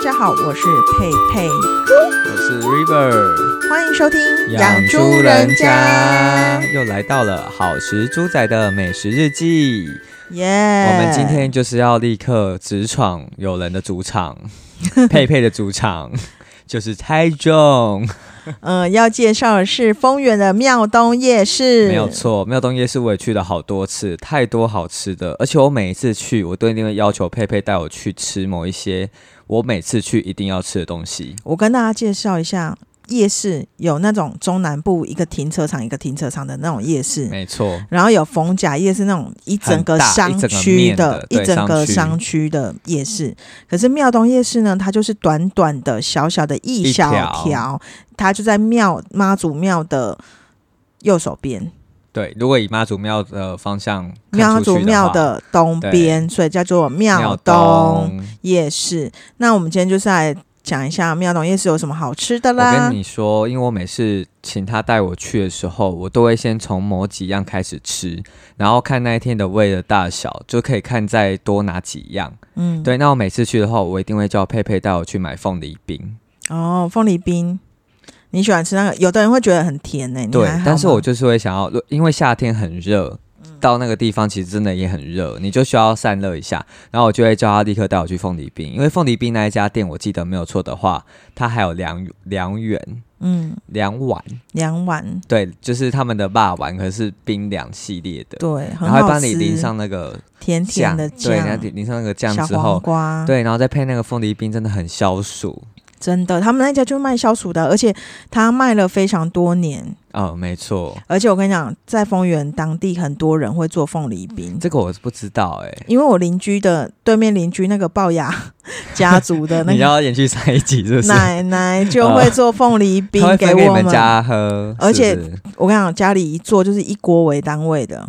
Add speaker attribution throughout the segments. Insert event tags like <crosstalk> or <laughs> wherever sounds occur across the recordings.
Speaker 1: 家好，我是佩佩，
Speaker 2: 我是 River，
Speaker 1: 欢迎收听家。
Speaker 2: 又来到了好食猪仔的美食日记。
Speaker 1: 耶
Speaker 2: 我们今天就是要立刻直闯有人的
Speaker 1: <laughs>
Speaker 2: 主场，佩佩的主场就是台中，
Speaker 1: 呃要介绍的是丰原的庙东夜市，
Speaker 2: 没有。错。庙东夜市我也去了好多次，太多好吃的，而且我每一次去，我都一定会要求佩佩带我去吃某一些我每次去一定要吃的东西。
Speaker 1: 我跟大家介绍一下，夜市有那种中南部一个停车场一个停车场的那种夜市，
Speaker 2: 没错，
Speaker 1: 然后有逢甲夜市那种一整个
Speaker 2: 很大
Speaker 1: 商
Speaker 2: 一整个
Speaker 1: 区
Speaker 2: 面的
Speaker 1: 一
Speaker 2: 对
Speaker 1: 整个
Speaker 2: 商区
Speaker 1: 商区的夜市。可是庙东夜市呢，它就是短短的小小的一
Speaker 2: 一
Speaker 1: 小
Speaker 2: 条
Speaker 1: 条，它就在庙妈祖庙的右手边，
Speaker 2: 对，如果以妈祖庙的方向看
Speaker 1: 妈
Speaker 2: 出
Speaker 1: 祖
Speaker 2: 去
Speaker 1: 庙
Speaker 2: 话
Speaker 1: 的东边，所以叫做庙
Speaker 2: 庙
Speaker 1: 东。夜市。那我们今天就是来讲一下庙东夜市有什么好吃的
Speaker 2: 我
Speaker 1: 啦
Speaker 2: 跟。你说，因为我每次请他带我去的时候，我都会先从某几样开始吃，然后看那一天的胃的大小，就可以看再多哪几样。
Speaker 1: 嗯，
Speaker 2: 对，那我每次去的话，我一定会叫佩佩带我去买凤梨冰。
Speaker 1: 哦，凤梨冰，你喜欢吃那个？有的人会觉得很甜呢、你
Speaker 2: 对
Speaker 1: 嗯还好，嗯
Speaker 2: 但是
Speaker 1: 吗
Speaker 2: 我就是会想要，因为夏天很热。到那个地方其实真的也很热，你就需要散热一下。然后我就会叫他立刻带我去凤梨冰，因为凤梨冰那一家店，我记得没有错的话，它还有两两元
Speaker 1: 嗯，
Speaker 2: 两碗，
Speaker 1: 两碗。
Speaker 2: 对，就是他们的霸丸，可是冰凉系列的，
Speaker 1: 对，很
Speaker 2: 然后
Speaker 1: 好
Speaker 2: 会帮
Speaker 1: 吃。
Speaker 2: 你淋上那个
Speaker 1: 甜甜
Speaker 2: 酱，
Speaker 1: 的
Speaker 2: 对，然
Speaker 1: 酱，
Speaker 2: 后淋上那个酱
Speaker 1: 小
Speaker 2: 之
Speaker 1: 黄
Speaker 2: 后，
Speaker 1: 瓜，，
Speaker 2: 对，然后再配那个凤梨冰，真的很消暑。
Speaker 1: 真的，他们那家就卖消暑的，而且他卖了非常多年。
Speaker 2: 哦，没错，
Speaker 1: 而且我跟你讲，在丰原当地很多人会做凤梨冰，
Speaker 2: 这个我是不知道哎、
Speaker 1: 因为我邻居的对面邻居那个龅
Speaker 2: <laughs>
Speaker 1: 牙家族的那
Speaker 2: 你
Speaker 1: 个
Speaker 2: 要延续上一集是不是？ <laughs> 哦
Speaker 1: 奶奶就会做凤梨冰
Speaker 2: 他会
Speaker 1: 给
Speaker 2: 分给
Speaker 1: 我
Speaker 2: 你们家喝，
Speaker 1: 而且
Speaker 2: 是不是
Speaker 1: 我跟你讲，家里一做就是一锅为单位的，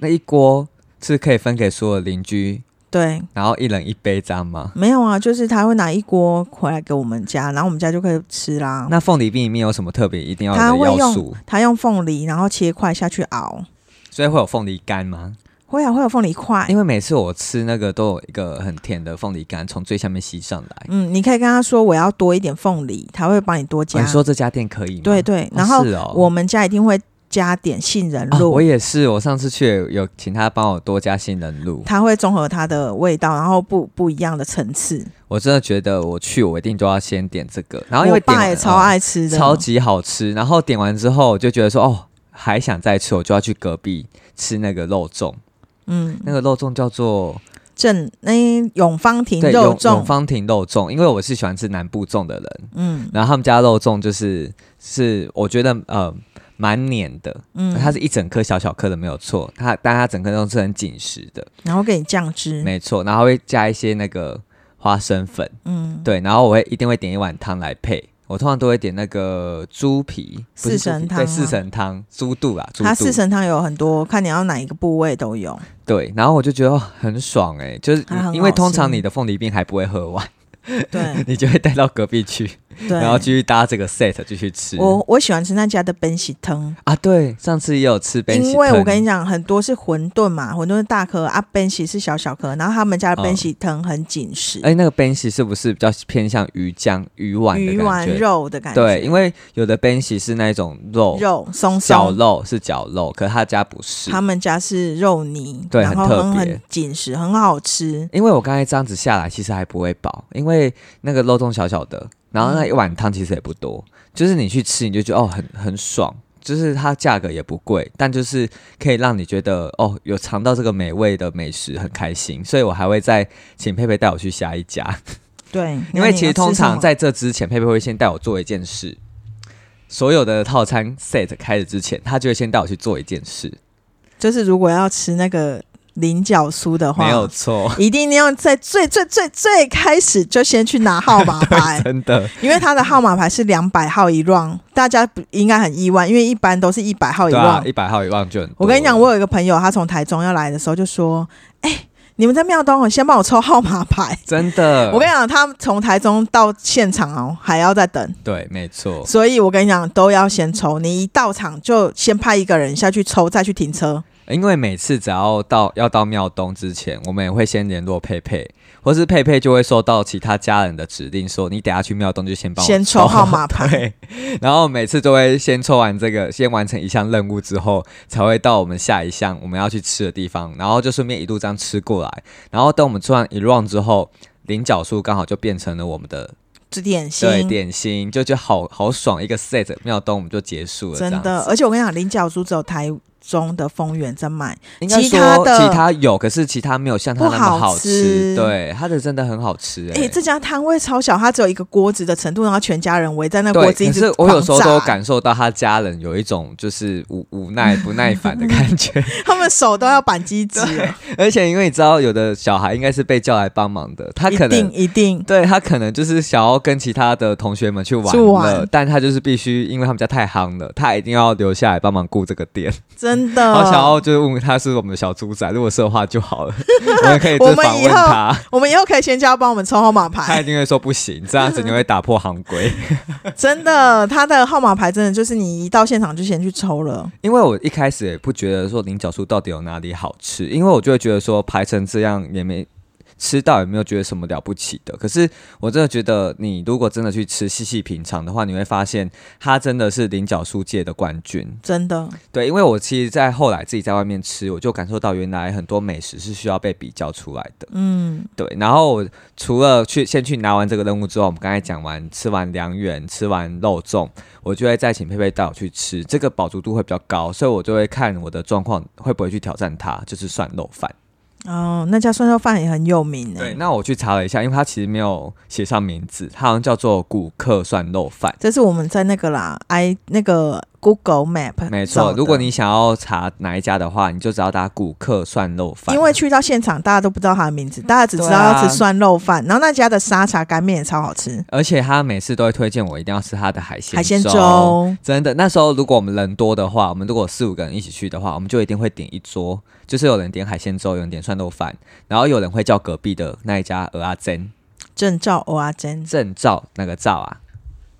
Speaker 2: 那一锅是可以分给所有邻居，
Speaker 1: 对。
Speaker 2: 然后一人一杯，这样吗？
Speaker 1: 没有啊，就是他会拿一锅回来给我们家，然后我们家就可以吃啦。
Speaker 2: 那凤梨冰里面有什么特别一定要
Speaker 1: 他
Speaker 2: 有
Speaker 1: 会
Speaker 2: 的要
Speaker 1: 用
Speaker 2: 素？
Speaker 1: 他用凤梨，然后切块下去熬，
Speaker 2: 所以会有凤梨干吗？
Speaker 1: 会啊，会有凤梨块。
Speaker 2: 因为每次我吃那个都有一个很甜的凤梨干从最下面吸上来。
Speaker 1: 嗯，你可以跟他说我要多一点凤梨，他会帮你多
Speaker 2: 哦
Speaker 1: 加。
Speaker 2: 你说这家店可以吗？
Speaker 1: 对
Speaker 2: 哦，
Speaker 1: 对，然后
Speaker 2: 是哦，
Speaker 1: 我们家一定会加点杏仁
Speaker 2: 啊
Speaker 1: 露，
Speaker 2: 我也是，我上次去也有请他帮我多加杏仁露，
Speaker 1: 它会综合它的味道，然后不不一样的层次。
Speaker 2: 我真的觉得我去我一定都要先点这个，然后因
Speaker 1: 我
Speaker 2: 为
Speaker 1: 爸
Speaker 2: 点完
Speaker 1: 也超、爱吃
Speaker 2: 嗯
Speaker 1: 的，
Speaker 2: 超级好吃，然后点完之后我就觉得说哦。还想再吃，我就要去隔壁吃那个肉粽。
Speaker 1: 嗯
Speaker 2: 那个肉粽叫做
Speaker 1: 正那永芳亭
Speaker 2: 对
Speaker 1: 肉
Speaker 2: 永永
Speaker 1: 粽，
Speaker 2: 芳亭肉粽，因为我是喜欢吃南部粽的人，
Speaker 1: 嗯
Speaker 2: 然后他们家肉粽就是是我觉得呃蛮黏的，
Speaker 1: 嗯，
Speaker 2: 它是一整颗小小颗的没有错，它但它整颗都是很紧实的，
Speaker 1: 然后给你酱汁，
Speaker 2: 没错，然后会加一些那个花生粉，
Speaker 1: 嗯，
Speaker 2: 对，然后我会一定会点一碗汤来配。我通常都会点那个猪皮不是
Speaker 1: 四神
Speaker 2: 猪皮
Speaker 1: 汤
Speaker 2: 对，
Speaker 1: 吗
Speaker 2: 四神汤，猪肚啦，猪
Speaker 1: 它四
Speaker 2: 肚，
Speaker 1: 神汤有很多，看你要哪一个部位都有。
Speaker 2: 对。然后我就觉得哦很爽哎、就是
Speaker 1: 它很好
Speaker 2: 因为通常
Speaker 1: 吃
Speaker 2: 你的凤梨冰还不会喝完， <laughs>
Speaker 1: 对
Speaker 2: 你就会带到隔壁去，
Speaker 1: 对，
Speaker 2: 然后继续搭这个 set 继续吃。
Speaker 1: 我我喜欢吃那家的本喜汤。
Speaker 2: 啊，对，上次也有吃贝西
Speaker 1: 因为我
Speaker 2: 藤
Speaker 1: 跟你讲，很多是馄饨嘛，馄饨是大颗啊，本喜是小小颗，然后他们家的
Speaker 2: 嗯
Speaker 1: 本喜藤很紧实，
Speaker 2: 哎，那个 b e n s i 是不是比较偏向鱼浆、鱼丸的
Speaker 1: 鱼
Speaker 2: 感
Speaker 1: 丸
Speaker 2: 觉？
Speaker 1: 肉的感觉，
Speaker 2: 对，因为有的 b e n s i 是那种肉，
Speaker 1: 肉松
Speaker 2: 绞
Speaker 1: 松，
Speaker 2: 肉是绞肉，可是他家不是。
Speaker 1: 他们家是肉泥，
Speaker 2: 对
Speaker 1: 然后
Speaker 2: 很特
Speaker 1: 很
Speaker 2: 别
Speaker 1: 很紧实，很好吃。
Speaker 2: 因为我刚才这样子下来，其实还不会饱，因为那个肉粽小小的，然后那
Speaker 1: 嗯
Speaker 2: 一碗汤其实也不多，就是你去吃你就觉得哦很很爽，就是它价格也不贵，但就是可以让你觉得哦有尝到这个美味的美食很开心，所以我还会再请佩佩带我去下一家。
Speaker 1: 对，
Speaker 2: 因
Speaker 1: 那
Speaker 2: 为
Speaker 1: 你
Speaker 2: 其
Speaker 1: 要
Speaker 2: 实通
Speaker 1: 吃什
Speaker 2: 常
Speaker 1: 么
Speaker 2: 在这之前，佩佩会先带我做一件事。所有的套餐 set 开始之前，他就会先带我去做一件事，
Speaker 1: 就是如果要吃那个菱角酥的话，
Speaker 2: 没有错，
Speaker 1: 一定要在最最最最开始就先去拿号码
Speaker 2: <laughs>
Speaker 1: 牌，
Speaker 2: 真的。
Speaker 1: 因为他的号码牌是两百号一 round，大家不应该很意外，因为一般都是一百号一
Speaker 2: 对啊，
Speaker 1: round。
Speaker 2: 一百号一万就很多
Speaker 1: 我跟你讲，我有一个朋友，他从台中要来的时候就说：“哎、你们在庙东哦，先帮我抽号码牌。”
Speaker 2: 真的，
Speaker 1: 我跟你讲，他从台中到现场哦，还要再等，
Speaker 2: 对，没错，
Speaker 1: 所以我跟你讲，都要先抽。你一到场就先派一个人下去抽，再去停车。
Speaker 2: 因为每次只要到要到庙东之前，我们也会先联络佩佩，或是佩佩就会收到其他家人的指令说，你等下去庙东就先帮我
Speaker 1: 先抽号码牌
Speaker 2: <laughs> 对，然后每次都会先抽完这个，先完成一项任务之后，才会到我们下一项我们要去吃的地方，然后就顺便一路这样吃过来，然后等我们吃完一 round 之后，菱角树刚好就变成了我们的
Speaker 1: 这点心，
Speaker 2: 对点心，就觉得好好爽，一个 set 庙东我们就结束了，
Speaker 1: 真
Speaker 2: 这样
Speaker 1: 的。
Speaker 2: 子
Speaker 1: 而且我跟你讲，菱角酥只有台中的丰原在卖，
Speaker 2: 应该
Speaker 1: 其
Speaker 2: 说
Speaker 1: 他的
Speaker 2: 其他有，可是其他没有像它那么
Speaker 1: 不好
Speaker 2: 吃。
Speaker 1: 吃
Speaker 2: 对，它的真的很好吃、
Speaker 1: 哎、
Speaker 2: 欸。
Speaker 1: 这家摊位超小，它只有一个锅子的程度，然后全家人围在那
Speaker 2: 对，
Speaker 1: 锅子一
Speaker 2: 可
Speaker 1: 直
Speaker 2: 是我有时
Speaker 1: 狂
Speaker 2: 候都
Speaker 1: 炸，啊
Speaker 2: 感受到他家人有一种就是无无奈、不耐烦的感
Speaker 1: <laughs>
Speaker 2: 觉。
Speaker 1: <laughs> 他们手都要扳机指
Speaker 2: 对
Speaker 1: 了，
Speaker 2: 而且因为你知道，有的小孩应该是被叫来帮忙的，他
Speaker 1: 一
Speaker 2: 可
Speaker 1: 定
Speaker 2: 能
Speaker 1: 一定。
Speaker 2: 对他可能就是想要跟其他的同学们去玩
Speaker 1: 去
Speaker 2: 了，
Speaker 1: 玩
Speaker 2: 但他就是必须，因为他们家太夯了，他一定要留下来帮忙顾这个店。
Speaker 1: 真的，
Speaker 2: 好想要就是问他是我们的小猪仔，如果是的话就好
Speaker 1: <laughs>
Speaker 2: 了，我们可以就
Speaker 1: 我
Speaker 2: 是
Speaker 1: 们
Speaker 2: 访
Speaker 1: 以
Speaker 2: 问
Speaker 1: 后
Speaker 2: 他，
Speaker 1: 我们以后可以先叫他帮我们抽号码
Speaker 2: 他
Speaker 1: 牌
Speaker 2: 一，定会说不行，这样子你会打破行规。哎
Speaker 1: 真的，他的号码牌真的就是你一到现场就先去抽了，
Speaker 2: 因为我一开始也不觉得说菱角酥到底有哪里好吃，因为我就会觉得说排成这样也没吃到，也没有觉得什么了不起的。可是我真的觉得，你如果真的去吃细细品尝的话，你会发现它真的是菱角酥界的冠军。
Speaker 1: 真的，
Speaker 2: 对，因为我其实，在后来自己在外面吃，我就感受到原来很多美食是需要被比较出来的。
Speaker 1: 嗯，
Speaker 2: 对，然后我除了去先去拿完这个任务之后，我们刚才讲完吃完良缘，吃完肉粽，我就会再请佩佩带我去吃，这个饱足度会比较高，所以我就会看我的状况会不会去挑战它，就是涮肉饭。
Speaker 1: 哦，那家涮肉饭也很有名欸诶、
Speaker 2: 对，那我去查了一下，因为它其实没有写上名字，它好像叫做骨客涮肉饭。
Speaker 1: 这是我们在那个啦，i 那个 Google Map
Speaker 2: 没
Speaker 1: 找
Speaker 2: 错，
Speaker 1: 的
Speaker 2: 如果你想要查哪一家的话，你就只要打骨客涮肉饭，
Speaker 1: 因为去到现场，大家都不知道他的名字，大家只知道
Speaker 2: 对啊
Speaker 1: 要吃涮肉饭，然后那家的沙茶干面也超好吃，
Speaker 2: 而且他每次都会推荐我一定要吃他的海鲜
Speaker 1: 海鲜粥，
Speaker 2: 真的，那时候如果我们人多的话，我们如果四五个人一起去的话，我们就一定会点一桌，就是有人点海鲜粥，有人点涮肉饭，然后有人会叫隔壁的那一家鹅阿珍
Speaker 1: 正照蚵仔煎，
Speaker 2: 正照那个照啊，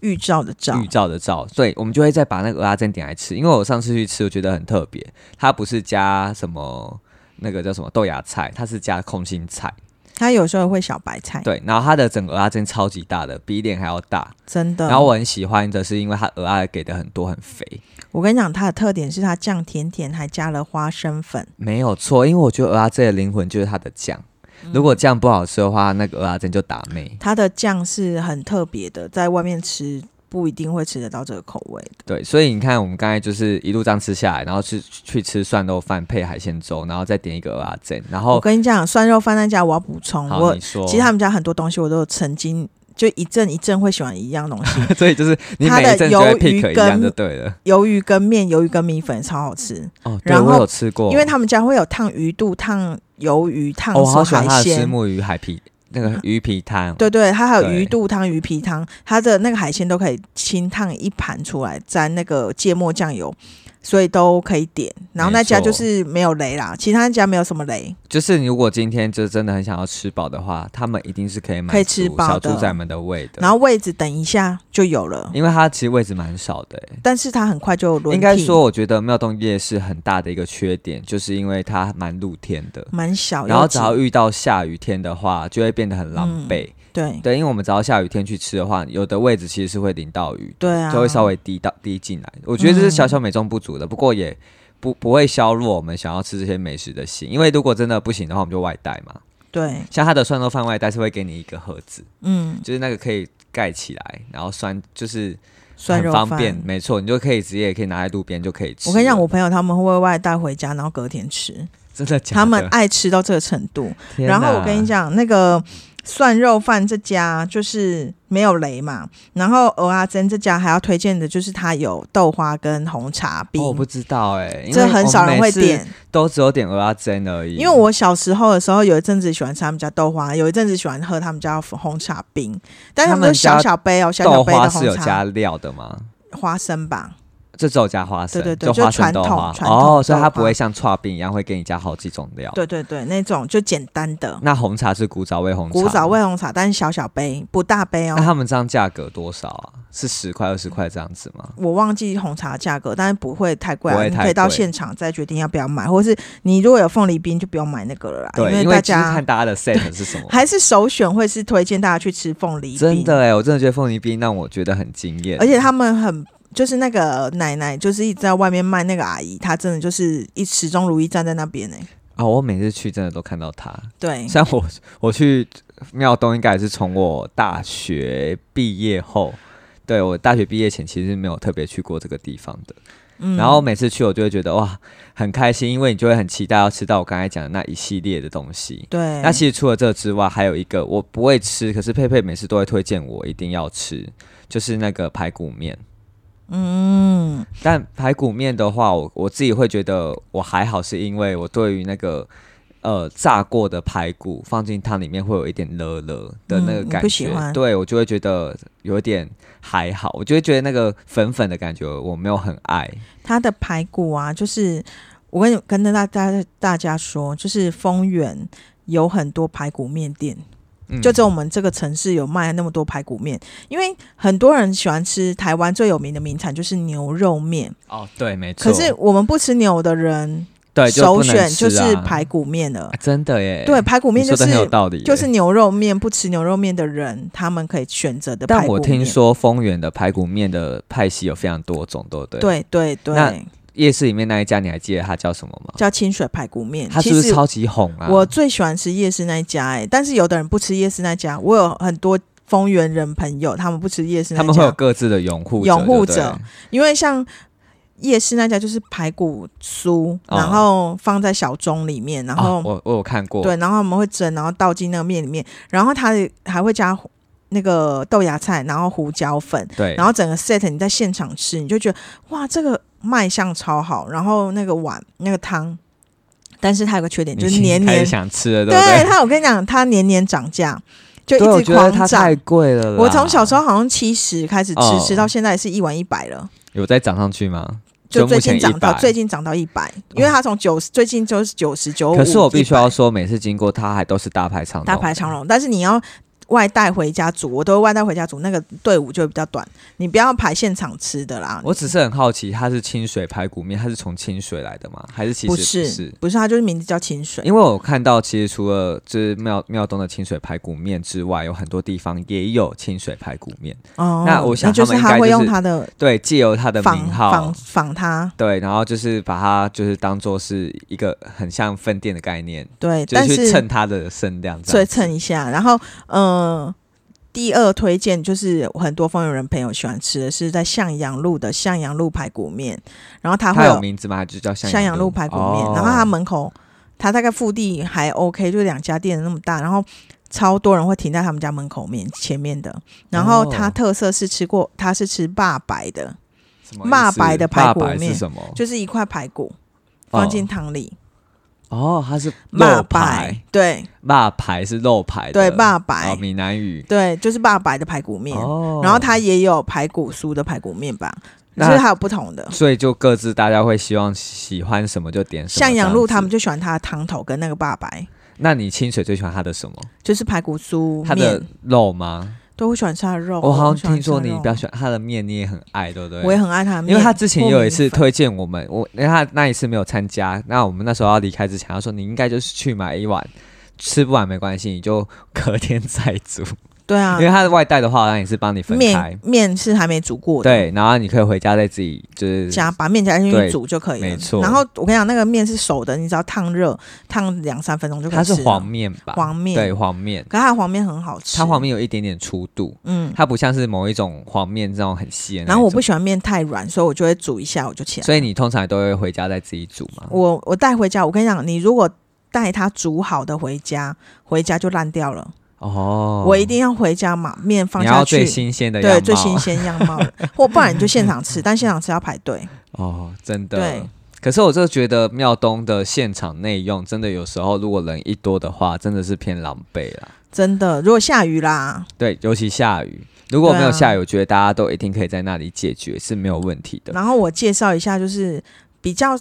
Speaker 1: 预兆的兆
Speaker 2: 玉，照的照，对，我们就会再把那个鹅阿珍点来吃，因为我上次去吃，我觉得很特别，它不是加什么那个叫什么豆芽菜，它是加空心菜，
Speaker 1: 他有时候会小白菜，
Speaker 2: 对，然后它的整个鹅阿珍超级大的，比脸还要大，
Speaker 1: 真的。
Speaker 2: 然后我很喜欢的是因为它鹅阿给的很多很肥。
Speaker 1: 我跟你讲，它的特点是它酱甜甜，还加了花生粉，
Speaker 2: 没有错，因为我觉得鹅阿珍的灵魂就是它的酱。
Speaker 1: 嗯
Speaker 2: 如果酱不好吃的话，那个鹅阿珍就打妹。
Speaker 1: 它的酱是很特别的，在外面吃不一定会吃得到这个口味的。
Speaker 2: 对，所以你看，我们刚才就是一路这样吃下来，然后去去吃涮肉饭配海鲜粥，然后再点一个鹅阿珍，然
Speaker 1: 我
Speaker 2: 后
Speaker 1: 跟你讲，涮肉饭那家我要补充，
Speaker 2: 哦好
Speaker 1: 我
Speaker 2: 你说，
Speaker 1: 其
Speaker 2: <laughs>
Speaker 1: 实他们家很多东西我都有曾经就一阵一阵会喜欢一样东
Speaker 2: <laughs>
Speaker 1: 西，
Speaker 2: 所以就是你每一阵就
Speaker 1: 它
Speaker 2: 会
Speaker 1: 的鱿鱼
Speaker 2: pick 一样
Speaker 1: 羹
Speaker 2: 就对了。
Speaker 1: 鱿鱼跟面、鱿鱼跟米粉超好吃，
Speaker 2: 哦，对，
Speaker 1: 然后
Speaker 2: 我有吃过，
Speaker 1: 因为他们家会有烫鱼肚、烫鱿鱼、烫
Speaker 2: 哦，我好喜
Speaker 1: 什么
Speaker 2: 欢它
Speaker 1: 海
Speaker 2: 的石
Speaker 1: 鲜。
Speaker 2: 目鱼海皮那个鱼皮汤。
Speaker 1: 对对，它还有鱼
Speaker 2: 对
Speaker 1: 肚汤、鱼皮汤，它的那个海鲜都可以清烫一盘出来，沾那个芥末酱油，所以都可以点。然后那家
Speaker 2: 没错
Speaker 1: 就是没有雷啦，其他家没有什么雷，
Speaker 2: 就是你如果今天就真的很想要吃饱的话，他们一定是可以满
Speaker 1: 可以吃
Speaker 2: 足
Speaker 1: 饱
Speaker 2: 小
Speaker 1: 的
Speaker 2: 猪仔们的胃的。
Speaker 1: 然后位置等一下就有了，
Speaker 2: 因为它其实位置蛮少的、欸，
Speaker 1: 但是它很快就轮替
Speaker 2: 应该说，我觉得庙洞夜市很大的一个缺点，就是因为它蛮露天的，
Speaker 1: 蛮小，
Speaker 2: 然后
Speaker 1: 嗯要
Speaker 2: 只
Speaker 1: 挤嗯
Speaker 2: 要遇到下雨天的话，就会变得很狼狈。
Speaker 1: 对
Speaker 2: 对，因为我们只要下雨天去吃的话，有的位置其实是会淋到雨，
Speaker 1: 对啊，嗯
Speaker 2: 就会稍微滴到滴进来。我觉得这是小小美中不足的，不过也不不会削弱我们想要吃这些美食的心，因为如果真的不行的话，我们就外带嘛。
Speaker 1: 对，
Speaker 2: 像它的涮肉饭外带是会给你一个盒子，
Speaker 1: 嗯，
Speaker 2: 就是那个可以盖起来，然后酸就是
Speaker 1: 涮
Speaker 2: 很
Speaker 1: 肉
Speaker 2: 方
Speaker 1: 饭
Speaker 2: 便，啊没错，你就可以直接也可以拿在路边就可以吃了。
Speaker 1: 我跟你讲，我朋友他们会外带回家，然后隔天吃，
Speaker 2: <laughs> 真的假的，
Speaker 1: 他们爱吃到这个程度。
Speaker 2: 天哪哦
Speaker 1: 然后我跟你，讲，那个涮肉饭这家就是没有雷嘛，然后蚵仔煎这家还要推荐的就是它有豆花跟红茶冰，
Speaker 2: 哦我不知道哎、因为
Speaker 1: 这很少人会点，。
Speaker 2: 都只有点鹅阿珍而已。
Speaker 1: 因为我小时候的时候有一阵子喜欢吃他们家豆花，有一阵子喜欢喝他们家红茶冰，但是
Speaker 2: 他
Speaker 1: 他
Speaker 2: 们
Speaker 1: 们都小
Speaker 2: 家
Speaker 1: 小杯哦，小小
Speaker 2: 豆
Speaker 1: 杯的
Speaker 2: 花是
Speaker 1: 红
Speaker 2: 有加
Speaker 1: 茶
Speaker 2: 料的吗？
Speaker 1: 花生吧。
Speaker 2: 这只有加花生，
Speaker 1: 对对对
Speaker 2: 就
Speaker 1: 就
Speaker 2: 花生
Speaker 1: 传
Speaker 2: 豆
Speaker 1: 统
Speaker 2: 花
Speaker 1: 传统
Speaker 2: 哦，所以
Speaker 1: 豆
Speaker 2: 它不
Speaker 1: 花
Speaker 2: 会像刨冰一样会给你加好几种料。
Speaker 1: 对对对，那种就简单的
Speaker 2: 那红茶是古早味红茶，
Speaker 1: 古早味红茶，但是小小杯，不大杯
Speaker 2: 那
Speaker 1: 哦。
Speaker 2: 他们这样价格多少啊？是十块、二十块这样子吗？
Speaker 1: 我忘记红茶价格，但是不会太贵、
Speaker 2: 不
Speaker 1: 啊，
Speaker 2: 会
Speaker 1: 你
Speaker 2: 太
Speaker 1: 可以到
Speaker 2: 贵
Speaker 1: 现场再决定要不要买，或是你如果有凤梨冰就不用买那个了啦，
Speaker 2: 对，
Speaker 1: 为
Speaker 2: 因
Speaker 1: 大
Speaker 2: 就是
Speaker 1: 家
Speaker 2: 看大家的 set 是
Speaker 1: <laughs>
Speaker 2: 什么。
Speaker 1: 还是首选会是推荐大家去吃凤梨冰，
Speaker 2: 真的哎、我真的觉得凤梨冰让我觉得很惊艳，
Speaker 1: 而且他们很就是那个奶奶，就是一直在外面卖那个阿姨，她真的就是一始终如一站在那边呢、欸
Speaker 2: 啊、我每次去真的都看到他。
Speaker 1: 对，
Speaker 2: 像我 <laughs> 我去庙东，应该也是从我大学毕业后，对我大学毕业前其实没有特别去过这个地方的。
Speaker 1: 嗯
Speaker 2: 然后每次去我就会觉得哇很开心，因为你就会很期待要吃到我刚才讲的那一系列的东西。
Speaker 1: 对，
Speaker 2: 那其实除了这之外，还有一个我不会吃，可是佩佩每次都会推荐我一定要吃，就是那个排骨面。
Speaker 1: 嗯，
Speaker 2: 但排骨面的话，我我自己会觉得我还好，是因为我对于那个呃炸过的排骨放进汤里面会有一点勒勒的那个
Speaker 1: 嗯你
Speaker 2: 感
Speaker 1: 不喜
Speaker 2: 觉，
Speaker 1: 欢
Speaker 2: 对我就会觉得有点还好，我就会觉得那个粉粉的感觉我没有很爱。
Speaker 1: 它的排骨啊，就是我跟你跟大家大家说，就是丰原。有很多排骨面店，
Speaker 2: 嗯
Speaker 1: 就只有我们这个城市有卖那么多排骨面，因为很多人喜欢吃台湾最有名的名产就是牛肉面，
Speaker 2: 哦，对，没错。
Speaker 1: 可是我们不吃牛的人，
Speaker 2: 对就
Speaker 1: 首
Speaker 2: 不能
Speaker 1: 选
Speaker 2: 吃
Speaker 1: 就
Speaker 2: 啊
Speaker 1: 是排骨面了
Speaker 2: 啊。真的耶，
Speaker 1: 对，排骨
Speaker 2: 你
Speaker 1: 面就
Speaker 2: 说的
Speaker 1: 是
Speaker 2: 很有道理耶，
Speaker 1: 就是牛肉面，不吃牛肉面的人，他们可以选择的排
Speaker 2: 但
Speaker 1: 骨面。
Speaker 2: 我听说丰原的排骨面的派系有非常多种，对不对？，
Speaker 1: 对对
Speaker 2: 那
Speaker 1: 对，
Speaker 2: 夜市里面那一家，你还记得它叫什么吗？
Speaker 1: 叫清水排骨面。
Speaker 2: 它
Speaker 1: 其
Speaker 2: 是不是
Speaker 1: 实
Speaker 2: 超级红啊？
Speaker 1: 我最喜欢吃夜市那一家、欸，但是有的人不吃夜市那一家，我有很多丰原人朋友，他们不吃夜市那
Speaker 2: 他
Speaker 1: 一
Speaker 2: 们
Speaker 1: 家，
Speaker 2: 会有各自的拥护
Speaker 1: 拥护
Speaker 2: 者
Speaker 1: 者
Speaker 2: 对不对，
Speaker 1: 因为像。夜市那家就是排骨酥，
Speaker 2: 哦
Speaker 1: 然后放在小盅里面，然后、
Speaker 2: 啊我我有看过，
Speaker 1: 对，然后我们会蒸，然后倒进那个面里面，然后它还会加胡那个豆芽菜，然后胡椒粉，
Speaker 2: 对，
Speaker 1: 然后整个 set 你在现场吃，你就觉得哇，这个卖相超好，然后那个碗那个汤，但是它有个缺点
Speaker 2: 你
Speaker 1: 就是
Speaker 2: 心里
Speaker 1: 年
Speaker 2: 开始
Speaker 1: 年，
Speaker 2: 想吃了，对不
Speaker 1: 对
Speaker 2: 对？
Speaker 1: 它我跟你讲，它年年涨价，就
Speaker 2: 对，我
Speaker 1: 一直
Speaker 2: 觉得它
Speaker 1: 狂
Speaker 2: 太
Speaker 1: 涨。
Speaker 2: 贵了啦。
Speaker 1: 我从小时候好像七十开始吃，
Speaker 2: 哦
Speaker 1: 吃到现在是一碗一百了，
Speaker 2: 有再涨上去吗？
Speaker 1: 就
Speaker 2: 目
Speaker 1: 最
Speaker 2: 前
Speaker 1: 近涨到
Speaker 2: 100
Speaker 1: 最。近涨到一百，因为它从九十最近就是九十九五，
Speaker 2: 可是我必须
Speaker 1: 100
Speaker 2: 要说，每次经过它还都是大排长龙，
Speaker 1: 大排长龙，但是你要外带回家煮，我都会外带回家煮，那个队伍就会比较短，你不要排现场吃的啦。
Speaker 2: 我只是很好奇，它是清水排骨面，它是从清水来的吗？还是其实
Speaker 1: 不
Speaker 2: 是？
Speaker 1: 是不是，它就是名字叫清水。
Speaker 2: 因为我看到，其实除了就是庙庙东的清水排骨面之外，有很多地方也有清水排骨面。
Speaker 1: 哦，
Speaker 2: 那我想
Speaker 1: 就
Speaker 2: 他们
Speaker 1: 是
Speaker 2: 应该
Speaker 1: 他会
Speaker 2: 就是
Speaker 1: 用他的
Speaker 2: 对，借由它的
Speaker 1: 仿
Speaker 2: 名号
Speaker 1: 仿，仿他，
Speaker 2: 对，然后就是把它就是当做是一个很像分店的概念，
Speaker 1: 对，
Speaker 2: 就
Speaker 1: 但
Speaker 2: 是去
Speaker 1: 是
Speaker 2: 蹭它的声量这
Speaker 1: 所以
Speaker 2: 样子。
Speaker 1: 蹭一下。然后，嗯，第二推荐就是很多风友人朋友喜欢吃的是在向阳路的向阳路排骨面，然后它会
Speaker 2: 它有名字吗？还是叫向哦
Speaker 1: 向阳路排骨面，然后它
Speaker 2: 他
Speaker 1: 门口，它大概腹地还 OK，就两家店那么大，然后超多人会停在他们家门口面前面的。然后它
Speaker 2: 哦
Speaker 1: 特色是吃过，它是吃霸白的，
Speaker 2: 骂
Speaker 1: 骂白的排骨面
Speaker 2: 是什么？
Speaker 1: 就是一块排骨放进汤里，
Speaker 2: 哦，它是
Speaker 1: 骂
Speaker 2: 肉
Speaker 1: 白
Speaker 2: 排，，
Speaker 1: 对
Speaker 2: 骂排是肉排的，
Speaker 1: 对，霸白
Speaker 2: 哦，。闽南语
Speaker 1: 对，就是霸白的排骨面，
Speaker 2: 哦。
Speaker 1: 然后它也有排骨酥的排骨面吧，就
Speaker 2: 那
Speaker 1: 是还有不同的。
Speaker 2: 所以就各自大家会希望喜欢什么就点什么。
Speaker 1: 向阳路他们
Speaker 2: 就，
Speaker 1: 就喜欢它的汤头跟那个霸白，
Speaker 2: 那你清水最喜欢它的什么？
Speaker 1: 就是排骨酥
Speaker 2: 它的
Speaker 1: 面，哦
Speaker 2: 肉吗？
Speaker 1: 都会喜欢吃它的肉。
Speaker 2: 我好
Speaker 1: 喜
Speaker 2: 像
Speaker 1: 欢
Speaker 2: 听
Speaker 1: 吃它
Speaker 2: 说
Speaker 1: 的
Speaker 2: 你
Speaker 1: 肉
Speaker 2: 比较喜欢它的面，你也很爱，对不对？
Speaker 1: 我也很爱他的面，
Speaker 2: 因为他之前也有一次
Speaker 1: 糯米粉
Speaker 2: 推荐我们，我因为他那一次没有参加，那我们那时候要离开之前，他说你应该就是去买一碗，吃不完没关系，你就隔天再煮，
Speaker 1: 对啊
Speaker 2: 因为，他的外带的话，好像也是帮你分开
Speaker 1: 面，面是还没煮过的，
Speaker 2: 对，然后你可以回家再自己就是
Speaker 1: 加把面加进去
Speaker 2: 对
Speaker 1: 煮就可以了。
Speaker 2: 没错
Speaker 1: 然后我跟你讲，那个面是熟的，你只要烫热，烫两三分钟就可以
Speaker 2: 它
Speaker 1: 吃
Speaker 2: 是
Speaker 1: 了。
Speaker 2: 黄面吧，
Speaker 1: 啊黄面
Speaker 2: 对黄面，
Speaker 1: 可它的黄面很好吃。
Speaker 2: 它黄面有一点点粗度，
Speaker 1: 嗯，
Speaker 2: 它不像是某一种黄面这种很细的那
Speaker 1: 然后我
Speaker 2: 种
Speaker 1: 不喜欢面太软，所以我就会煮一下我就起来。
Speaker 2: 所以你通常都会回家再自己煮嘛，
Speaker 1: 我我带回家，我跟你讲，你如果带它煮好的回家，回家就烂掉了。
Speaker 2: 哦，
Speaker 1: 我一定要回家嘛，面放
Speaker 2: 你
Speaker 1: 下
Speaker 2: 要最
Speaker 1: 去。
Speaker 2: 新鲜的样
Speaker 1: 对，
Speaker 2: 貌，
Speaker 1: 最新鲜样
Speaker 2: <laughs>
Speaker 1: 貌的，或不然你就现场吃，但现场吃要排队。
Speaker 2: 哦，真的
Speaker 1: 对。
Speaker 2: 可是我就觉得庙东的现场内用，真的有时候如果人一多的话，真的是偏狼狈啦。
Speaker 1: 真的，如果下雨啦，
Speaker 2: 对，尤其下雨，如果没
Speaker 1: 对
Speaker 2: 有
Speaker 1: 啊
Speaker 2: 下雨，我觉得大家都一定可以在那里解决，是没有问题的。
Speaker 1: 然后我介绍一下，就是比较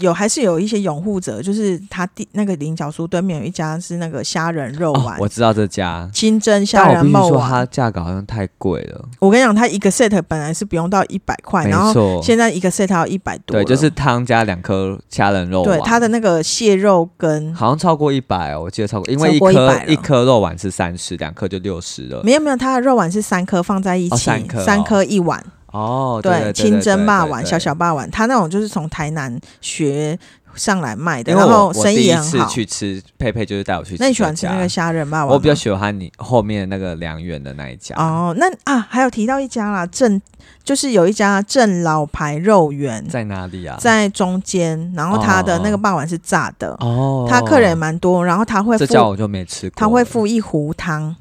Speaker 1: 有还是有一些拥护者，就是他地那个菱角酥对面有一家是那个虾仁肉
Speaker 2: 哦
Speaker 1: 丸，，
Speaker 2: 我知道这家，
Speaker 1: 清蒸虾
Speaker 2: 但我
Speaker 1: 仁
Speaker 2: 必须
Speaker 1: 肉
Speaker 2: 说
Speaker 1: 丸
Speaker 2: 它。价格好像太贵了，
Speaker 1: 我跟你讲，它一个 set 本来是不用到一百块，哎
Speaker 2: 没
Speaker 1: 然后
Speaker 2: 错，
Speaker 1: 现在一个 set 要一百多
Speaker 2: 对，
Speaker 1: 了，
Speaker 2: 就是啊汤加两颗虾仁肉丸，
Speaker 1: 对它的那个蟹肉跟
Speaker 2: 好像超过一百哦，我记得超过，因为
Speaker 1: 超
Speaker 2: 一
Speaker 1: 过
Speaker 2: 颗
Speaker 1: 100了
Speaker 2: 一颗肉丸是三十，两颗就六十了。
Speaker 1: 没有没有，它的肉丸是三颗放在一起，
Speaker 2: 哦三颗哦
Speaker 1: 一碗，
Speaker 2: 哦，对，
Speaker 1: 对，清蒸霸
Speaker 2: 霸
Speaker 1: 碗、小，小霸碗，它那种就是从台南学上来卖的，
Speaker 2: 对对因为
Speaker 1: 然
Speaker 2: 我
Speaker 1: 后
Speaker 2: 我
Speaker 1: 生
Speaker 2: 第
Speaker 1: 意
Speaker 2: 一
Speaker 1: 也很
Speaker 2: 次
Speaker 1: 好。
Speaker 2: 去吃，佩佩就是带我去吃。
Speaker 1: 那你喜欢吃那个？虾仁霸碗吗？
Speaker 2: 我比较喜欢你后面那个良缘的那一家。
Speaker 1: 哦，那啊，还有提到一家啦，正就是有一家正老牌肉圆
Speaker 2: 在哪里啊？
Speaker 1: 在中间，然后它的那
Speaker 2: 哦
Speaker 1: 个霸碗是炸的，
Speaker 2: 哦，
Speaker 1: 它客人也蛮多，然后他会
Speaker 2: 这家
Speaker 1: 附
Speaker 2: 我就没吃过了，
Speaker 1: 他会附一壶汤，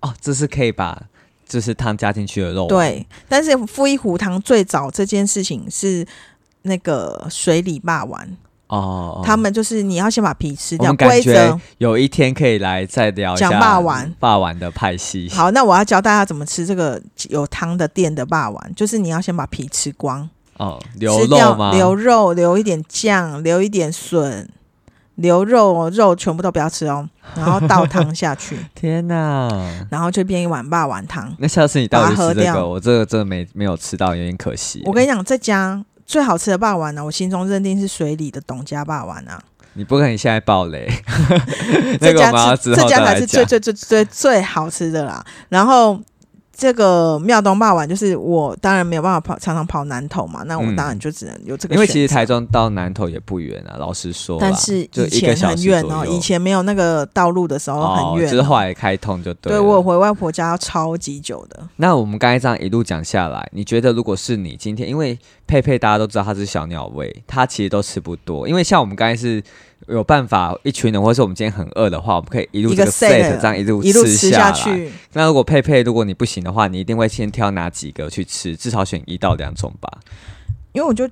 Speaker 2: 哦，这是可以把就是汤加进去的肉，，啊哦
Speaker 1: 对，但是附一壶汤最早这件事情是那个水里霸丸，
Speaker 2: 哦，哦
Speaker 1: 他们就是你要先把皮吃
Speaker 2: 我
Speaker 1: 掉，
Speaker 2: 们感
Speaker 1: 规
Speaker 2: 觉
Speaker 1: 则。
Speaker 2: 有一天可以来再聊一下
Speaker 1: 讲霸王
Speaker 2: 霸王的派系，
Speaker 1: 好，那我要教大家怎么吃这个有汤的店的霸丸，就是你要先把皮吃光，
Speaker 2: 哦，牛
Speaker 1: 吃
Speaker 2: 肉
Speaker 1: 掉
Speaker 2: 吗？
Speaker 1: 留肉，留一点酱，留一点笋，留肉哦肉全部都不要吃哦，然后倒汤下
Speaker 2: <laughs>
Speaker 1: 去，
Speaker 2: 天哪！
Speaker 1: 然后就变一碗霸丸汤。
Speaker 2: 那下次你带我去
Speaker 1: 把它喝
Speaker 2: 吃这个，
Speaker 1: 掉
Speaker 2: 我这个真的没没有吃到，有点可惜。
Speaker 1: 我跟你讲，这家最好吃的霸丸呢、我心中认定是水里的董家霸丸啊，
Speaker 2: 你不可以现在爆雷，
Speaker 1: <laughs>
Speaker 2: 那 <laughs>
Speaker 1: 这
Speaker 2: 个我
Speaker 1: 家
Speaker 2: 们
Speaker 1: 是
Speaker 2: 要之
Speaker 1: 这
Speaker 2: 后再
Speaker 1: 家才
Speaker 2: 来
Speaker 1: 是最
Speaker 2: 讲。
Speaker 1: 最最最最好吃的啦。然后这个妙东霸碗，就是我当然没有办法跑，常常跑南投嘛，那我
Speaker 2: 嗯
Speaker 1: 当然就只能有这个选择。
Speaker 2: 因为其实台中到南投也不远啊，老实说啦，
Speaker 1: 但是
Speaker 2: 就
Speaker 1: 以
Speaker 2: 一个
Speaker 1: 前
Speaker 2: 小
Speaker 1: 很
Speaker 2: 时
Speaker 1: 远
Speaker 2: 左
Speaker 1: 哦，
Speaker 2: 右
Speaker 1: 以前没有那个道路的时候
Speaker 2: 哦
Speaker 1: 很远，
Speaker 2: 就是后来开通就对
Speaker 1: 对
Speaker 2: 啊了。
Speaker 1: 我有回外婆家要超级久的。
Speaker 2: 那我们刚才这样一路讲下来，你觉得如果是你今天，因为佩佩大家都知道她是小鸟胃，她其实都吃不多，因为像我们刚才是有办法一群人，或是我们今天很饿的话，我们可以一路
Speaker 1: 一
Speaker 2: 这
Speaker 1: 个
Speaker 2: 个
Speaker 1: set，
Speaker 2: set 这样一路
Speaker 1: 一路
Speaker 2: 吃
Speaker 1: 吃
Speaker 2: 下来。
Speaker 1: 去，
Speaker 2: 那如果佩佩，如果你不行的话，你一定会先挑哪几个去吃，至少选一到两种吧。
Speaker 1: 因为我就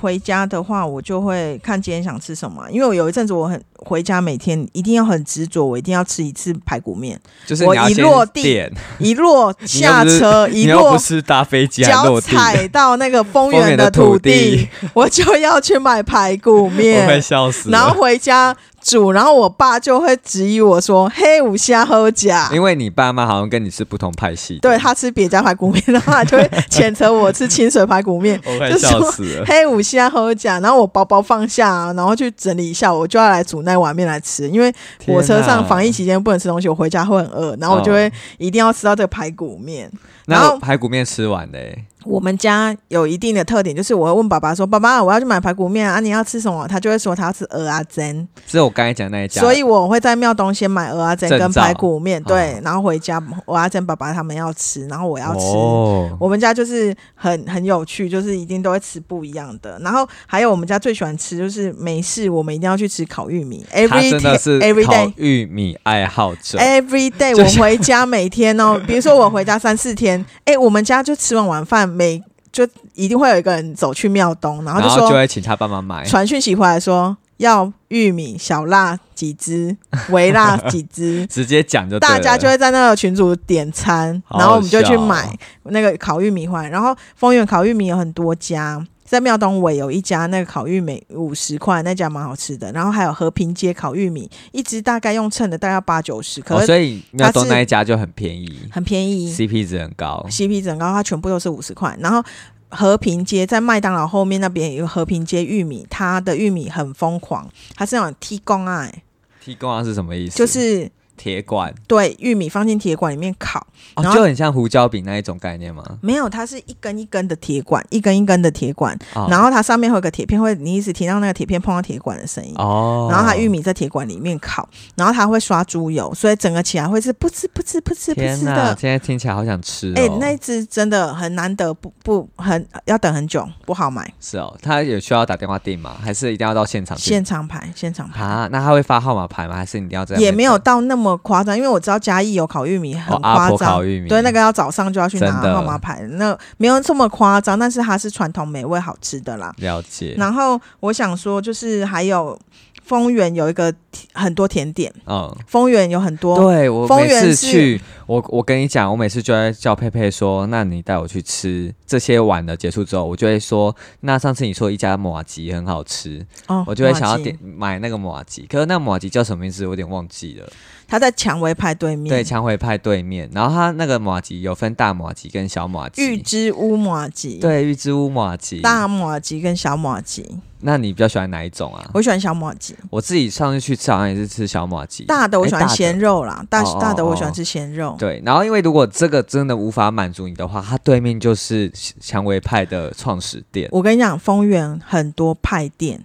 Speaker 1: 回家的话，我就会看今天想吃什么。因为我有一阵子我很回家，每天一定要很执着，我一定要吃一次排骨面。
Speaker 2: 就是
Speaker 1: 我
Speaker 2: 你要
Speaker 1: 一
Speaker 2: 先
Speaker 1: 落地
Speaker 2: 点，
Speaker 1: 一落下车，
Speaker 2: <laughs> 你
Speaker 1: 一
Speaker 2: 又不
Speaker 1: 落
Speaker 2: 是搭飞机还
Speaker 1: 脚
Speaker 2: 落地，
Speaker 1: 踩到那
Speaker 2: <laughs>
Speaker 1: 个丰
Speaker 2: 原
Speaker 1: 原
Speaker 2: 的
Speaker 1: 的
Speaker 2: 土
Speaker 1: 土
Speaker 2: 地
Speaker 1: 地， <laughs> 我就要去买排骨
Speaker 2: <laughs> 我会
Speaker 1: 面，
Speaker 2: 笑死了。
Speaker 1: 然后回家煮，然后我爸就会质疑我说：“嘿，五虾喝假。”
Speaker 2: <laughs> 因为你爸妈好像跟你是不同派系的，。
Speaker 1: 对他吃别家排骨面，然后他就会谴责我吃清水排骨面
Speaker 2: 我快
Speaker 1: 就说
Speaker 2: 笑死
Speaker 1: <laughs>
Speaker 2: 了。
Speaker 1: 黑五虾喝假，然后我包包放下、啊然后去整理一下，我就要来煮那碗面来吃，因为火车
Speaker 2: 天
Speaker 1: 上
Speaker 2: 哪哦
Speaker 1: 防疫期间不能吃东西，我回家会很饿，然后我就会一定要吃到这个排骨面。然
Speaker 2: 那
Speaker 1: 后
Speaker 2: 排骨面吃完嘞，
Speaker 1: 我们家有一定的特点，就是我会问爸爸说：“爸爸，我要去买排骨面啊，你要吃什么？”他就会说他要吃鹅啊蒸，
Speaker 2: 是我刚才讲那一家，
Speaker 1: 所以我会在庙东先买鹅啊蒸
Speaker 2: 正
Speaker 1: 跟
Speaker 2: 灶
Speaker 1: 排骨面，
Speaker 2: 哦
Speaker 1: 对，然后回家鹅啊蒸爸爸他们要吃，然后我要吃。
Speaker 2: 哦，
Speaker 1: 我们家就是很很有趣，就是一定都会吃不一样的。然后还有我们家最喜欢吃就是没事，我们一定要去吃烤玉米。
Speaker 2: 他
Speaker 1: Every
Speaker 2: 真的是
Speaker 1: day，every
Speaker 2: 烤
Speaker 1: day。哎
Speaker 2: 玉米爱好者，
Speaker 1: Every day，
Speaker 2: 就
Speaker 1: 我
Speaker 2: 是
Speaker 1: 回家每天
Speaker 2: <laughs>
Speaker 1: 哦，比如说我回家三四天，哎、我们家就吃完晚饭，每就一定会有一个人走去庙东，然后就
Speaker 2: 然后
Speaker 1: 说
Speaker 2: 就会哎请他帮忙买，
Speaker 1: 传讯息回来说要玉米小辣几
Speaker 2: <laughs>，
Speaker 1: 只，微辣几只
Speaker 2: 直接讲就对
Speaker 1: 大
Speaker 2: 了
Speaker 1: 家就会在那个群组点餐，
Speaker 2: 好好
Speaker 1: 然后我们就去
Speaker 2: 笑哦
Speaker 1: 买那个烤玉米回来。然后丰原烤玉米有很多家，在庙东尾有一家那个烤玉米五十块，那家蛮好吃的。然后还有和平街烤玉米，一只大概用称的大概八九十，可
Speaker 2: 哦，
Speaker 1: 是
Speaker 2: 所以庙东
Speaker 1: 它是
Speaker 2: 那一家就很便宜
Speaker 1: 很便宜
Speaker 2: ，CP 值很高。
Speaker 1: ，CP 整高它全部都是五十块。然后和平街在麦当劳后面那边有和平街玉米，它的玉米很疯狂，它是那种踢工啊、欸
Speaker 2: 提供啊是什么意思？
Speaker 1: 就是
Speaker 2: 铁管，
Speaker 1: 对玉米放进铁管里面烤。
Speaker 2: 哦
Speaker 1: 然，后
Speaker 2: 就很像胡椒饼那一种概念吗？
Speaker 1: 没有，它是一根一根的铁管，一根一根的铁管，
Speaker 2: 哦
Speaker 1: 然后它上面会有个铁片，会你一直听到那个铁片碰到铁管的声音。
Speaker 2: 哦，
Speaker 1: 然后它玉米在铁管里面烤，然后它会刷猪油，所以整个起来会是噗呲噗呲噗呲噗
Speaker 2: 天
Speaker 1: 呲的。
Speaker 2: 现在听起来好想吃哦。
Speaker 1: 哎、那一只真的很难得，不不很要等很久，不好买。
Speaker 2: 是哦，他有需要打电话订吗？还是一定要到现场去？
Speaker 1: 现场牌，现场牌、
Speaker 2: 啊，那他会发号码牌吗？还是你一定要在那边
Speaker 1: 也没有到那么夸张，因为我知道嘉义有烤玉米
Speaker 2: 等
Speaker 1: 很
Speaker 2: 哦阿
Speaker 1: 夸
Speaker 2: 婆
Speaker 1: 张，
Speaker 2: 烤玉米？
Speaker 1: 对，那个要早上就要去拿
Speaker 2: 真的
Speaker 1: 号码牌，那没有这么夸张，但是它是传统美味好吃的啦。
Speaker 2: 了解。
Speaker 1: 然后我想说，就是还有丰原有一个甜很多甜点，
Speaker 2: 嗯，
Speaker 1: 丰原有很多，
Speaker 2: 对我
Speaker 1: 丰
Speaker 2: 每
Speaker 1: 原
Speaker 2: 次
Speaker 1: 是
Speaker 2: 去，我我跟你讲，我每次就会叫佩佩说，那你带我去吃这些碗的结束之后，我就会说，那上次你说一家马吉很好吃，
Speaker 1: 哦，
Speaker 2: 我就会
Speaker 1: 麻
Speaker 2: 想要
Speaker 1: 吉
Speaker 2: 点。买那个马吉，可是那个马吉叫什么名字，我有点忘记了。
Speaker 1: 他在蔷薇派对面，
Speaker 2: 对，蔷薇派对面，然后它那个马吉有分大马吉跟小马
Speaker 1: 玉
Speaker 2: 吉，
Speaker 1: 之屋马吉，
Speaker 2: 对，玉之屋马吉。
Speaker 1: 大马吉跟小马吉，
Speaker 2: 那你比较喜欢哪一种啊？
Speaker 1: 我喜欢小马吉，
Speaker 2: 我自己上次去吃好像也是吃小马吉，
Speaker 1: 大的我
Speaker 2: 诶
Speaker 1: 喜欢
Speaker 2: 哎大
Speaker 1: 咸肉啦，大
Speaker 2: 哦哦
Speaker 1: 大的我喜欢
Speaker 2: 哦
Speaker 1: 吃咸肉，
Speaker 2: 对，然后因为如果这个真的无法满足你的话，它对面就是蔷薇派的创始店。
Speaker 1: 我跟你讲，丰原很多派店，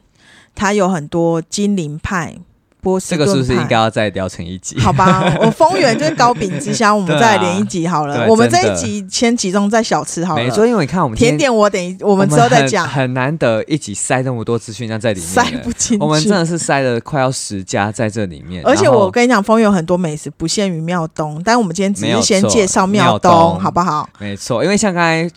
Speaker 1: 它有很多精灵派、波士
Speaker 2: 这
Speaker 1: 顿
Speaker 2: 个
Speaker 1: 派。
Speaker 2: 是不是应该要再聊成一集？
Speaker 1: 好吧，我丰原跟糕饼之乡，我们
Speaker 2: <laughs> 对啊
Speaker 1: 再连一集好了。
Speaker 2: 对
Speaker 1: 我们这
Speaker 2: 真
Speaker 1: 一
Speaker 2: 的
Speaker 1: 集先集中在小吃好
Speaker 2: 没
Speaker 1: 了。
Speaker 2: 错，因为你看我们今
Speaker 1: 甜
Speaker 2: 天，
Speaker 1: 点我等一我
Speaker 2: 我
Speaker 1: 们之后再
Speaker 2: 很
Speaker 1: 讲，
Speaker 2: 很难得一集塞那么多资讯量在里面，
Speaker 1: 塞不进
Speaker 2: 我们真
Speaker 1: 去。
Speaker 2: 的是塞了快要十家在这里面，
Speaker 1: 而且
Speaker 2: 然后
Speaker 1: 我跟你讲，丰原很多美食不限于庙东，但我们今天只
Speaker 2: 没
Speaker 1: 是
Speaker 2: 有
Speaker 1: 先
Speaker 2: 错
Speaker 1: 介绍
Speaker 2: 庙
Speaker 1: 东，
Speaker 2: 东
Speaker 1: 好不
Speaker 2: <laughs>
Speaker 1: 好？
Speaker 2: 没错，因为像刚才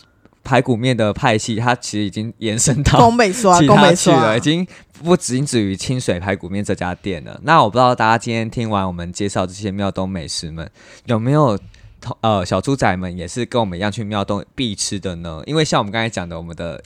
Speaker 2: 排骨面的派系，它其实已经延伸到
Speaker 1: 宫北刷，
Speaker 2: 其
Speaker 1: 宫
Speaker 2: 他
Speaker 1: 北
Speaker 2: 去
Speaker 1: 刷
Speaker 2: 了，已，经不仅止于清水排骨面这家店了。那我不知道大家今天听完我们介绍这些庙东美食们，有没有同呃小猪仔们也是跟我们一样去庙东必吃的呢？因为像我们刚才讲的，我们的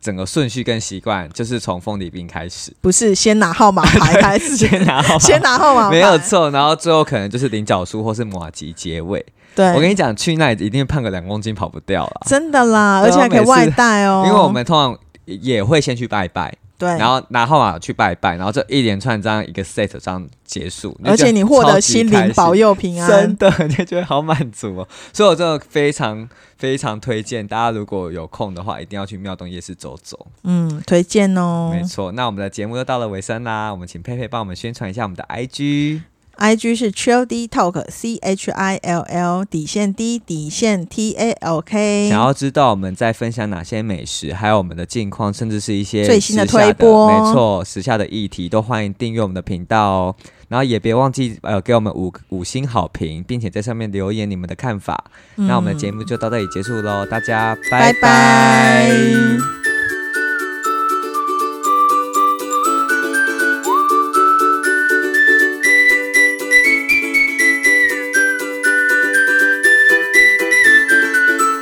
Speaker 2: 整个顺序跟习惯就是从凤梨冰开始，
Speaker 1: 不是先拿号码
Speaker 2: <laughs>
Speaker 1: 牌开始，
Speaker 2: 先拿好吧
Speaker 1: 先拿号码牌，
Speaker 2: <laughs> 没有错，然后最后可能就是菱角酥或是马吉结尾。
Speaker 1: 对，
Speaker 2: 我跟你讲，去那里一定胖个两公斤跑不掉了，
Speaker 1: 真的啦，
Speaker 2: 对
Speaker 1: 而且还可以
Speaker 2: 我每次
Speaker 1: 外带哦，
Speaker 2: 因为我们通常也会先去拜拜。
Speaker 1: 对，
Speaker 2: 然后拿号码去拜拜，然后这一连串这样一个 set 这样结束，
Speaker 1: 而且你获得心灵保
Speaker 2: 佑
Speaker 1: 佑平
Speaker 2: 真
Speaker 1: 安。
Speaker 2: 的你就觉得好满足哦。 <laughs> 所以我真的非常非常推荐大家，如果有空的话，一定要去庙东夜市走走。
Speaker 1: 嗯，推荐哦
Speaker 2: 没。错，那我们的节目又到了尾声啦，我们请佩佩帮我们宣传一下我们的 IG。
Speaker 1: I G 是 Chill D Talk C H I L L 底线 D 底线 T A L K。
Speaker 2: 想要知道我们在分享哪些美食，还有我们的近况，甚至是一些
Speaker 1: 最新的
Speaker 2: 时下
Speaker 1: 推播
Speaker 2: 没错，时下的议题都欢迎订阅我们的频道哦。然后也别忘记呃给我们五五星好评，并且在上面留言你们的看法。那我们的节目就到这里结束喽，大家
Speaker 1: 拜
Speaker 2: 拜
Speaker 1: 拜
Speaker 2: 拜